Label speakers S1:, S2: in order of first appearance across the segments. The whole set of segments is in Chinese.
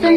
S1: 纷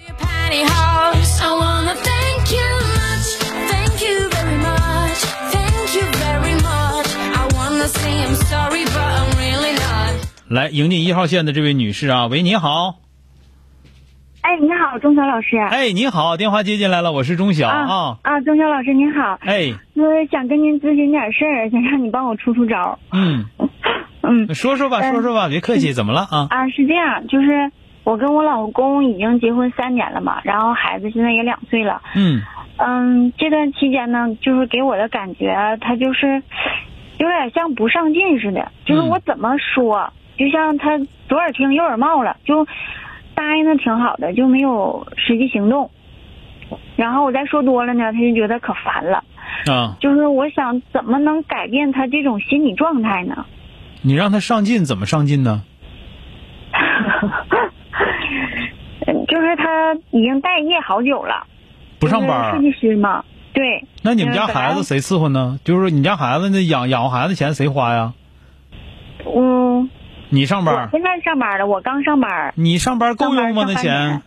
S2: Your pantyhose. I wanna thank you much, thank you very much, thank you very much. I wanna say I'm sorry, but I'm really not.
S3: 来迎进一号线的这位女士啊，喂，你好，
S4: 哎，你好，钟晓老师。
S3: 哎，你好，电话接进来了，我是钟晓
S4: 啊
S3: 啊，
S4: 啊，钟晓老师您好，
S3: 哎，
S4: 我想跟您咨询点事儿，想让你帮我出出招。
S3: 嗯，
S4: 嗯
S3: 说说吧，
S4: 嗯
S3: 说说吧，别客气，怎么了啊？
S4: 啊，是这样，就是我跟我老公已经结婚三年了嘛，然后孩子现在也两岁了。
S3: 嗯，
S4: 嗯，这段期间呢，就是给我的感觉，他就是有点像不上进似的，就是
S3: 嗯
S4: 我怎么说，就像他左耳听右耳冒了，就答应的挺好的，就没有实际行动。然后我再说多了呢，他就觉得可烦了。
S3: 啊，
S4: 就是我想怎么能改变他这种心理状态呢？
S3: 你让她上进，怎么上进呢？
S4: 嗯，就是他已经待业好久了，
S3: 不上班啊
S4: 就是
S3: 儿
S4: 设，计师嘛，对，
S3: 那你们家
S4: 嗯本来
S3: 孩子谁伺候呢？就是说你家孩子那养养活孩子钱谁花呀？
S4: 嗯，
S3: 你上班
S4: 我
S3: 儿，
S4: 现在上班了，我刚上班，
S3: 你上班儿够用吗？
S4: 上班
S3: 那
S4: 儿上半
S3: 钱
S4: 年？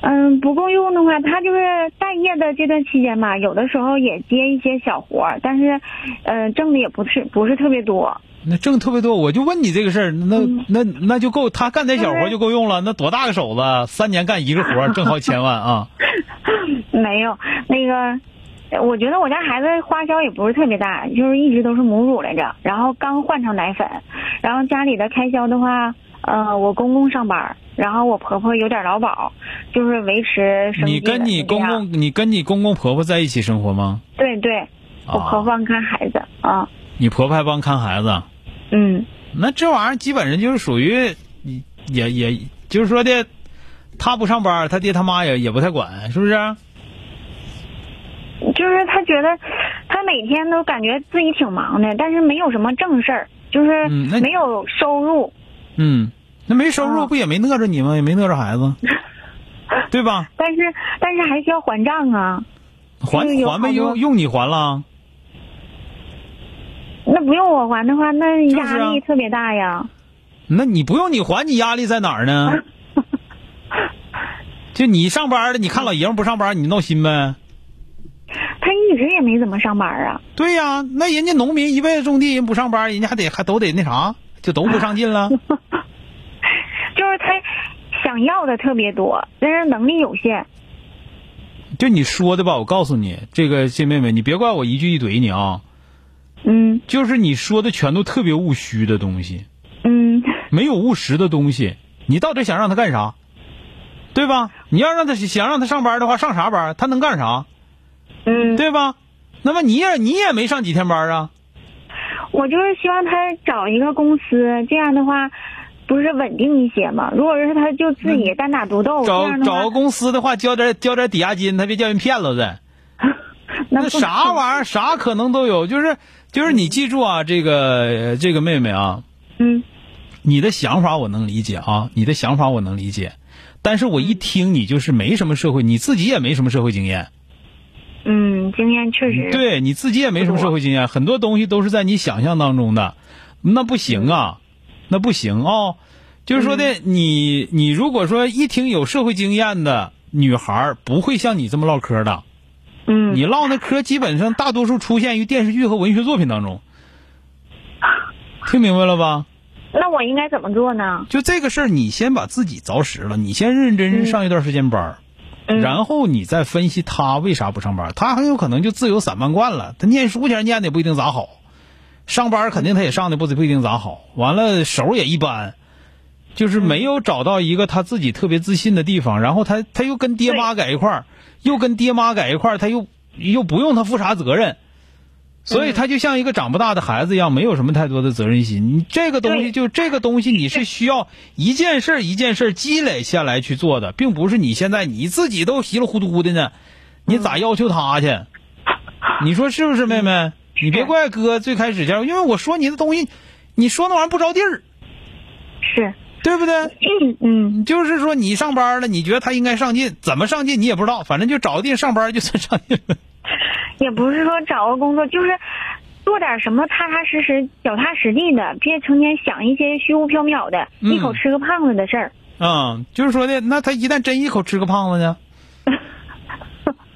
S4: 嗯，不够用的话，他就是待业的这段期间吧，有的时候也接一些小活儿，但是，呃，挣的也不是不是特别多，
S3: 那挣特别多，我就问你这个事儿，那
S4: 嗯
S3: 那那就够，他干点小活儿就够用了，那多大个手子，三年干一个活儿，挣好几千万啊！
S4: 没有那个。呃我觉得我家孩子花销也不是特别大，就是一直都是母乳来着，然后刚换成奶粉，然后家里的开销的话，呃，我公公上班儿，然后我婆婆有点劳保，就是维持生计
S3: 你
S4: 的
S3: 跟你
S4: 就这
S3: 公
S4: 样
S3: 公，啊你跟你公公婆婆在一起生活吗？
S4: 对对，我婆婆看孩子啊，
S3: 你婆婆还帮看孩子，
S4: 嗯，
S3: 那这玩意儿基本上就是属于，也也就是说的，他不上班，他爹他妈也也不太管，是不是？啊
S4: 就是她觉得她每天都感觉自己挺忙的，但是没有什么正事儿，就是
S3: 嗯那
S4: 没有收入，
S3: 嗯，那没收入
S4: 啊
S3: 不也没饿着你吗？也没饿着孩 子，对吧？
S4: 但是但是还需要还账啊，
S3: 还
S4: 对有
S3: 还呗，
S4: 好多
S3: 用用你还了，
S4: 那不用我还的话，那
S3: 就是啊
S4: 压力特别大呀。
S3: 那你不用你还，你压力在哪儿 呢？就你上班了，你看老爷们不上班，你闹心呗？
S4: 他一直也没怎么上班啊。
S3: 对呀、那人家农民一辈子种地，人不上班，人家还得还都得那啥，就都不上进 了。
S4: 就是他想要的特别多，但是能力有限。
S3: 就你说的吧，我告诉你，这个新妹妹，你别怪我一句一怼你啊，
S4: 嗯
S3: 就是你说的全都特别务虚的东西，
S4: 嗯，
S3: 没有务实的东西。你到底想让他干啥，对吧？你要让他想让他上班的话，上啥班？他能干啥，
S4: 嗯，
S3: 对吧？那么你也你也没上几天班啊，
S4: 我就是希望他找一个公司，这样的话不是稳定一些吗？如果是他就自己单打独斗，
S3: 嗯
S4: 这
S3: 找
S4: 样的
S3: 找个
S4: 话，
S3: 公司的话，交点交点抵押金，他别叫人骗了再。那
S4: 不行
S3: 啥玩意儿，啥可能都有，就是就是你记住啊，这个呃这个妹妹啊，
S4: 嗯
S3: 你的想法我能理解啊，你的想法我能理解，但是我一听你就是没什么社会，你自己也没什么社会经验，
S4: 嗯，经验确实，
S3: 对你自己也没什么社会经验，很多东西都是在你想象当中的，那不行啊，那不行啊、就是说的你你如果说一听有社会经验的女孩儿，不会像你这么唠嗑的，
S4: 嗯，
S3: 你唠那嗑基本上大多数出现于电视剧和文学作品当 中，听明白了吧？
S4: 那我应该怎么做呢？
S3: 就这个事儿，你先把自己凿实了，你先认真上一段时间班儿，
S4: 嗯
S3: 然后你再分析他为啥不上班儿。他很有可能就自由散漫惯了，他念书前念的也不一定咋好，上班儿肯定他也上的不不一定咋好，完了手也一般，就是没有找到一个他自己特别自信的地方。然后他他又跟爹妈在一块儿，又跟爹妈在一块儿，他又又不用他负啥责任。所以他就像一个长不大的孩子一样，没有什么太多的责任心。你这个东西，
S4: 对
S3: 就这个东西，你是需要一件事儿一件事儿积累下来去做的，并不是你现在你自己都稀里糊涂的呢，你咋要求他去？你说是不是，妹妹？你别怪哥最开始加入，因为我说你的东西，你说那玩意儿不着地儿，
S4: 是，
S3: 对不对？
S4: 嗯，
S3: 你就是说你上班了，你觉得他应该上进，怎么上进你也不知道，反正就找个地儿上班就算上进了。
S4: 也不是说找个工作，就是做点什么踏踏实实、脚踏实地的，别成天想一些虚无缥缈的、
S3: 嗯
S4: 一口吃个胖子的事儿。
S3: 嗯，就是说的，那他一旦真一口吃个胖子呢，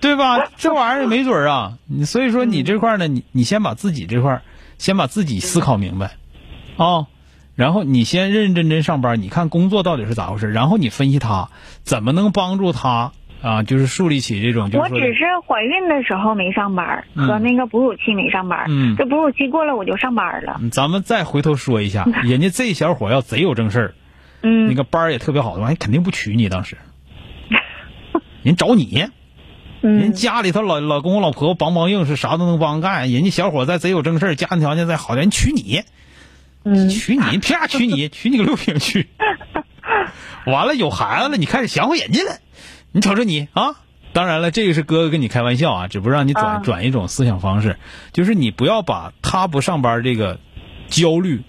S3: 对吧？这玩意儿也没准儿啊。你所以说你这块儿呢，你你先把自己这块儿，先把自己思考明白，啊、然后你先认认真真上班，你看工作到底是咋回事，然后你分析他怎么能帮助他啊，就是树立起这种就是
S4: 我
S3: 说的
S4: 只是怀孕的时候没上班儿，
S3: 嗯
S4: 和那个哺乳期没上班儿。
S3: 嗯
S4: 这哺乳期过了我就上班儿了。
S3: 嗯咱们再回头说一 下，人家这小伙要贼有正事儿，
S4: 嗯，
S3: 那个班儿也特别好的话，人肯定不娶你。当时，人找你，人
S4: 嗯
S3: 家里头老老公老婆婆帮帮硬是啥都能帮干，人家小伙再贼有正事儿，家庭条件再好点，人娶你，
S4: 嗯，
S3: 娶你，啪娶你，娶你个六平去。完了有孩子了，你开始想回人家了，你瞅瞅你啊！当然了，这个是哥哥跟你开玩笑啊，只不过让你转、
S4: 啊
S3: 转一种思想方式，就是你不要把他不上班这个焦虑，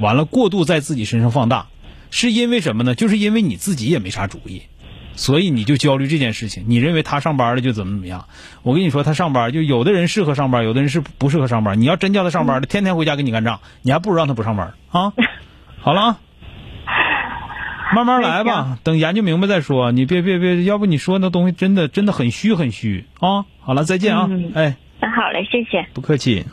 S3: 完了过度在自己身上放大，是因为什么呢？就是因为你自己也没啥主意，所以你就焦虑这件事情。你认为他上班了就怎么怎么样？我跟你说，他上班就有的人适合上班，有的人是不适合上班。你要真叫他上班了，天天回家跟你干仗，你还不如让他不上班啊！好了啊，慢慢来吧，等研究明白再说。你别别别，要不你说那东西真的真的很虚很虚啊！好了，再见啊！
S4: 嗯
S3: 哎，
S4: 那好嘞，谢谢。
S3: 不客气。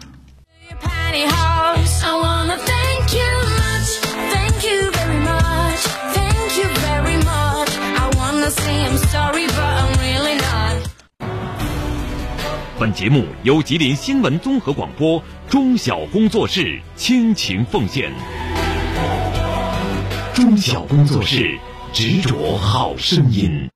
S2: your pantyhose. I wanna thank you much, thank you very much, thank you very much. I wanna say I'm sorry, but I'm really not.
S5: 本节目由吉林新闻综合广播中小工作室倾情奉献。中小工作室执着好声音。